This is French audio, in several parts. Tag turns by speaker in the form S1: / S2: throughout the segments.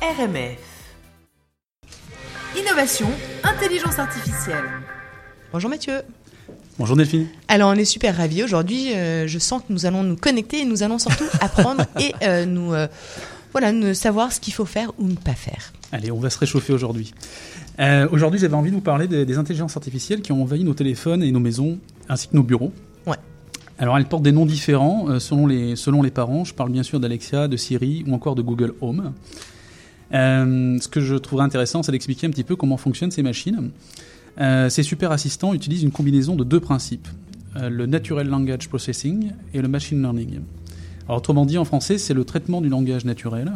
S1: RMF. Innovation, intelligence artificielle.
S2: Bonjour Mathieu.
S3: Bonjour Delphine.
S2: Alors on est super ravis aujourd'hui. euh, je sens que nous allons nous connecter et nous allons surtout apprendre et euh, nous euh, voilà nous savoir ce qu'il faut faire ou ne pas faire.
S3: Allez, on va se réchauffer aujourd'hui. Euh, aujourd'hui, j'avais envie de vous parler des, des intelligences artificielles qui ont envahi nos téléphones et nos maisons, ainsi que nos bureaux.
S2: Ouais.
S3: Alors, elles portent des noms différents euh, selon, les, selon les parents. Je parle bien sûr d'Alexia, de Siri ou encore de Google Home. Euh, ce que je trouverais intéressant, c'est d'expliquer un petit peu comment fonctionnent ces machines. Euh, ces super assistants utilisent une combinaison de deux principes, euh, le Natural Language Processing et le Machine Learning. Alors, autrement dit, en français, c'est le traitement du langage naturel.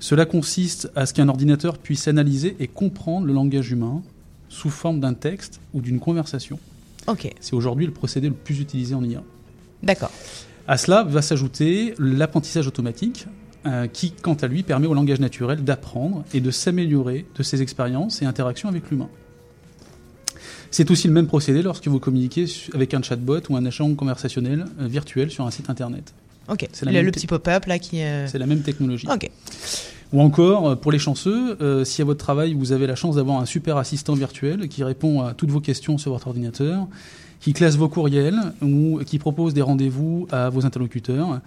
S3: Cela consiste à ce qu'un ordinateur puisse analyser et comprendre le langage humain sous forme d'un texte ou d'une conversation.
S2: Ok,
S3: C'est aujourd'hui le procédé le plus utilisé en IA.
S2: d'accord.
S3: À cela va s'ajouter l'apprentissage automatique, euh, qui, quant à lui, permet au langage naturel d'apprendre et de s'améliorer de ses expériences et interactions avec l'humain. C'est aussi le même procédé lorsque vous communiquez su- avec un chatbot ou un échange conversationnel euh, virtuel sur un site internet.
S2: Ok.
S3: C'est la
S2: Le,
S3: même
S2: le
S3: te-
S2: petit pop-up là qui. euh,
S3: C'est la même technologie.
S2: Ok.
S3: Ou encore, euh, pour les chanceux, euh, si à votre travail vous avez la chance d'avoir un super assistant virtuel qui répond à toutes vos questions sur votre ordinateur, qui classe vos courriels ou qui propose des rendez-vous à vos interlocuteurs,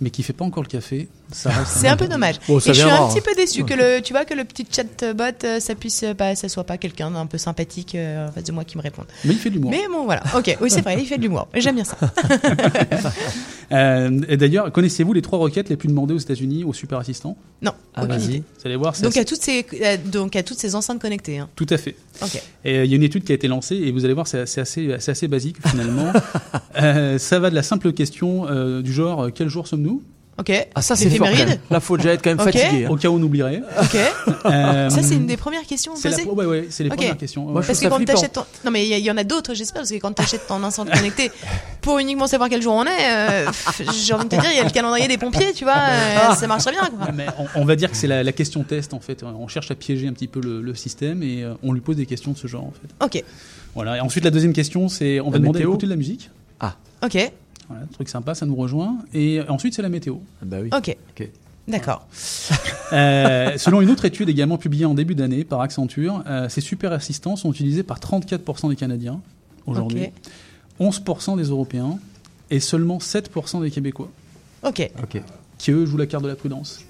S3: mais qui fait pas encore le café, ça reste.
S2: C'est un peu dommage.
S4: Bon, ça
S2: et je suis
S4: viendra,
S2: un
S4: hein.
S2: petit peu déçu que le tu vois que le petit chatbot euh, ça puisse euh, pas ça soit pas quelqu'un d'un peu sympathique euh, en face de moi qui me réponde.
S3: Mais il fait de l'humour.
S2: Mais bon voilà. Ok. Oui c'est vrai il fait de l'humour. J'aime bien ça.
S3: Euh, et D'ailleurs, connaissez-vous les trois requêtes les plus demandées aux États-Unis aux super assistants
S2: Non.
S4: Ah,
S2: aucune
S4: vas-y.
S2: idée.
S3: Vous allez voir, c'est
S2: Donc
S3: assez-
S2: à toutes ces euh, donc à toutes ces enceintes connectées. hein.
S3: tout à fait.
S2: Ok.
S3: Et euh, il y a une étude qui a été lancée et vous allez voir, c'est c'est assez, c'est assez basique finalement. Euh, ça va de la simple question euh, du genre euh, quel jour sommes-nous
S2: Ok.
S4: Ah ça c'est fort. quand
S2: L'éphéméride
S4: même. Là faut déjà être quand même
S2: Ok.
S4: fatigué. hein.
S3: Au cas où on oublierait.
S2: Ok.
S3: Euh,
S2: Ça, c'est une des premières questions
S3: C'est la-
S2: posées.
S3: ouais, ouais, c'est les
S2: Ok.
S3: premières questions.
S4: Moi,
S3: Ouais.
S4: je-
S2: Parce
S4: trouve
S2: que quand
S4: ça flippant.
S2: t'achètes ton... Non, mais il y, il y en a d'autres, j'espère, parce que quand t'achètes ton enceinte connectée pour uniquement savoir quel jour on est, euh, pff, j'ai envie de te dire, il y a le calendrier des pompiers, tu vois,
S4: bah.
S2: euh, ça marcherait bien. quoi.
S3: Ah, mais on, on va dire que c'est la, la question test en fait. On cherche à piéger un petit peu le, le système et euh, on lui pose des questions de ce genre en fait.
S2: Ok,
S3: Voilà. Et ensuite la deuxième question c'est on va
S4: La
S3: demander
S4: météo.
S3: d'écouter de la musique.
S2: Ah, ok,
S3: Voilà, truc sympa, ça nous rejoint. Et ensuite c'est la météo.
S4: Ah Bah oui.
S2: ok.
S4: Ok.
S2: D'accord.
S3: Euh, selon une autre étude également publiée en début d'année par Accenture, euh, ces super assistants sont utilisés par 34% des Canadiens aujourd'hui,
S2: Ok.
S3: 11% des Européens et seulement 7% des Québécois
S2: Ok.
S4: Ok.
S3: qui eux jouent la carte de la prudence.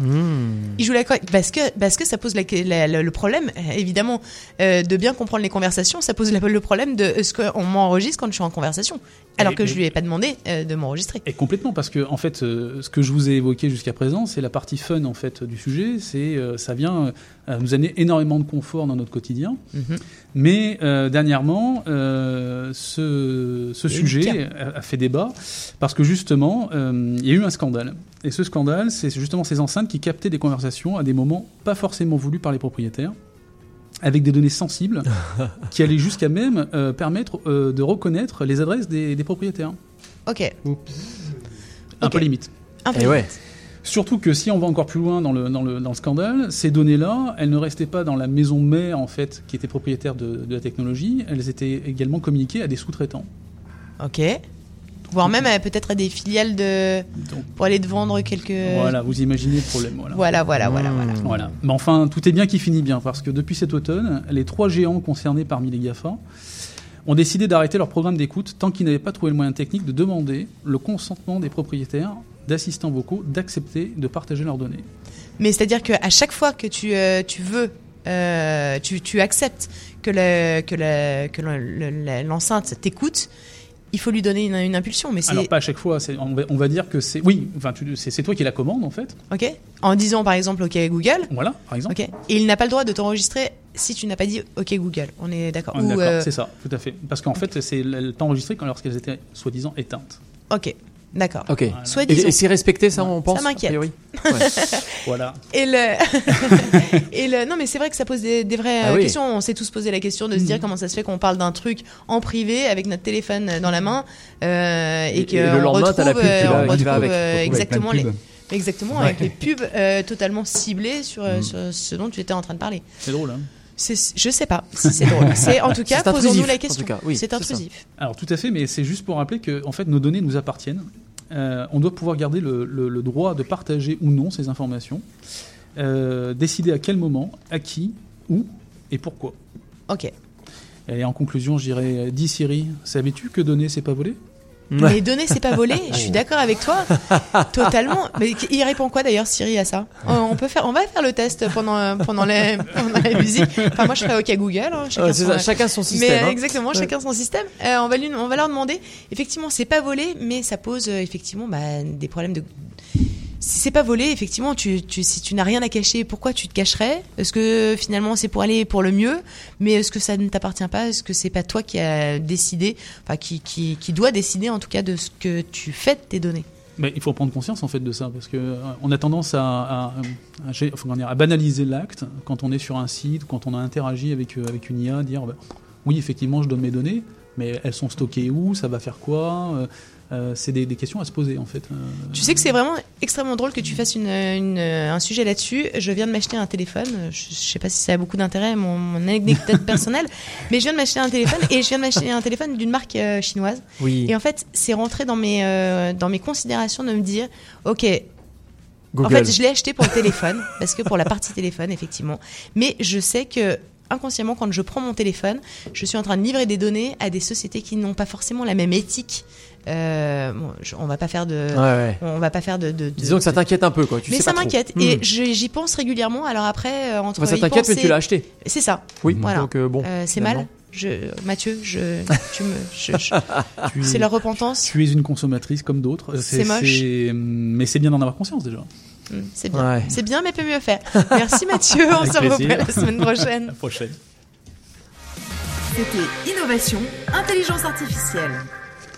S2: Il joue la quoi parce que, parce que ça pose la- la- la- le problème, euh, évidemment, euh, de bien comprendre les conversations, ça pose la- le problème de euh, ce qu'on m'enregistre quand je suis en conversation, alors
S3: Et-
S2: que je
S3: et-
S2: lui ai pas demandé euh, de m'enregistrer.
S3: Et complètement, parce que en fait, euh, ce que je vous ai évoqué jusqu'à présent, c'est la partie fun en fait du sujet. C'est euh, ça vient euh, nous amener énormément de confort dans notre quotidien.
S2: Mhm.
S3: Mais euh, dernièrement, euh, ce, ce sujet a, a fait débat parce que justement, euh, il y a eu un scandale. Et ce scandale, c'est justement ces enceintes qui captaient des conversations à des moments pas forcément voulus par les propriétaires, avec des données sensibles qui allaient jusqu'à même euh, permettre euh, de reconnaître les adresses des, des propriétaires.
S2: Ok.
S3: Un
S2: Ok.
S3: peu limite.
S2: Un peu.
S4: Et Eh ouais.
S3: Surtout que si on va encore plus loin dans le, dans le, dans le scandale, ces données-là, elles ne restaient pas dans la maison mère, en fait, qui était propriétaire de, de la technologie, elles étaient également communiquées à des sous-traitants.
S2: Ok. Voire même euh, peut-être à des filiales de.
S3: Donc,
S2: pour aller te vendre quelques.
S3: Voilà, vous imaginez le problème. Voilà.
S2: Euh, Voilà, voilà, voilà. voilà.
S4: Hmm.
S3: Voilà. Mais enfin, tout est bien qui finit bien, parce que depuis cet automne, les trois géants concernés parmi les GAFA ont décidé d'arrêter leur programme d'écoute tant qu'ils n'avaient pas trouvé le moyen technique de demander le consentement des propriétaires d'assistants vocaux d'accepter de partager leurs données.
S2: Mais c'est-à-dire qu'à chaque fois que tu, euh, tu veux, euh, tu, tu acceptes que le- que le- que le- le- la- l'enceinte t'écoute, il faut lui donner une, une impulsion. Mais c'est.
S3: Alors pas à chaque fois, c'est- on, va, on va dire que c'est... Oui, enfin, tu- c'est c'est toi qui la commande en fait.
S2: Ok En disant par exemple OK Google,
S3: Voilà, par exemple.
S2: ok Et il n'a pas le droit de t'enregistrer si tu n'as pas dit OK Google. On est d'accord.
S3: Ah,
S2: Ou,
S3: D'accord,
S2: euh,
S3: c'est ça, tout à fait. Parce qu'en fait, c'est le temps enregistré quand lorsqu'elles étaient soi-disant éteintes.
S2: ok, d'accord.
S4: Ok.
S3: Voilà.
S2: Soit
S4: Et,
S2: disant.
S4: et c'est respecté ça on pense. a
S2: m'inquiète.
S4: priori Ouais.
S3: Voilà.
S2: Et le... et le... Non, mais c'est vrai que ça pose des, des vraies
S4: Ah
S2: euh,
S4: oui. Mm.
S2: questions. On s'est tous posé la question de se dire comment ça se fait qu'on parle d'un truc en privé avec notre téléphone euh, dans la main euh, et,
S4: Et-
S2: que
S4: et le
S2: on
S4: lendemain,
S2: retrouve,
S4: t'as la pub qui
S2: euh,
S4: va-
S2: on
S4: qui va
S2: retrouve, euh,
S4: avec. Ouais, plein de
S2: exactement les...
S5: pubs.
S2: Exactement, avec les pubs euh, totalement ciblées sur,
S4: Mm.
S2: euh, sur ce dont tu étais en train de parler.
S3: C'est drôle. hein.
S2: C'est- Je sais pas si c'est drôle. C'est en tout cas,
S4: C'est intrusif,
S2: posons-nous la
S4: en
S2: question.
S4: tout cas, oui,
S2: c'est
S4: c'est ça.
S2: intrusif.
S3: Alors tout à fait, mais c'est juste pour rappeler que en fait, nos données nous appartiennent. Euh, on doit pouvoir garder le, le- le droit de partager ou non ces informations. euh, décider à quel moment, à qui, où et pourquoi.
S2: Ok.
S3: Et en conclusion, je dirais, euh, dis Siri, savais-tu que donner, c'est pas voler
S2: Mais donner, c'est pas voler. Je suis d'accord avec toi, totalement. Mais il répond quoi d'ailleurs Siri à ça Euh, On peut faire, on va faire le test pendant euh, pendant les pendant la musique. Enfin, moi, je ferai OK Google. hein, chacun
S4: Ouais, Ah, c'est
S2: son-
S4: ça, chacun son
S2: Mais
S4: système.
S2: euh,
S4: hein.
S2: exactement,
S4: Ouais.
S2: chacun son système. Euh, on va lui, on va leur demander. Effectivement, c'est pas volé, mais ça pose euh, effectivement bah, des problèmes de. Si c'est pas volé, effectivement, tu, tu- si tu n'as rien à cacher, pourquoi tu te cacherais Est-ce que finalement c'est pour aller pour le mieux Mais est-ce que ça ne t'appartient pas Est-ce que c'est pas toi qui a décidé, enfin qui, qui, qui doit décider en tout cas de ce que tu fais de tes données
S3: Mais il faut prendre conscience en fait de ça parce que euh, on a tendance à, à- à- à gé- enfin, comment dire, à banaliser l'acte quand on est sur un site, quand on a interagi avec euh, avec une IA, dire bah, oui effectivement je donne mes données, mais elles sont stockées où, ça va faire quoi euh, euh, C'est des, des questions à se poser en fait. euh,
S2: Tu sais que c'est vraiment extrêmement drôle que tu fasses une, une- euh, un sujet là-dessus. Je viens de m'acheter un téléphone. Je, je sais pas si ça a beaucoup d'intérêt, mon, mon anecdote personnelle. Mais je viens de m'acheter un téléphone et je viens de m'acheter un téléphone d'une marque euh, chinoise.
S4: Oui.
S2: Et en fait, c'est rentré dans mes, euh, dans mes considérations de me dire, OK,
S4: Google.
S2: en fait, je l'ai acheté pour le téléphone, parce que pour la partie téléphone, effectivement. Mais je sais que inconsciemment, quand je prends mon téléphone, je suis en train de livrer des données à des sociétés qui n'ont pas forcément la même éthique. Euh, bon, je- on va pas faire de,
S4: Ouais, ouais.
S2: on va pas faire de. de- de-
S4: Disons que ça t'inquiète un peu, quoi. Tu
S2: mais
S4: sais
S2: ça
S4: pas trop.
S2: m'inquiète
S4: Hmm.
S2: et je- j'y pense régulièrement. Alors après, euh, entre
S4: Enfin, ça
S2: y
S4: t'inquiète, mais
S2: penser-
S4: tu l'as acheté.
S2: C'est ça.
S4: Oui,
S2: Voilà.
S4: donc euh, bon.
S2: Euh, c'est
S4: finalement.
S2: mal. Je, Mathieu, je, tu me, je- je-
S3: tu es-
S2: Ah, c'est leur repentance.
S3: tu es une consommatrice comme d'autres. euh,
S2: C'est moche.
S3: c'est- Mais c'est bien d'en avoir conscience déjà.
S2: Hmm, C'est bien.
S4: Ouais.
S2: C'est bien, mais peut mieux faire. Merci Mathieu. On
S3: Avec
S2: se revoit
S3: plaisir.
S2: la semaine prochaine.
S3: À la prochaine.
S1: C'était Innovation, Intelligence Artificielle.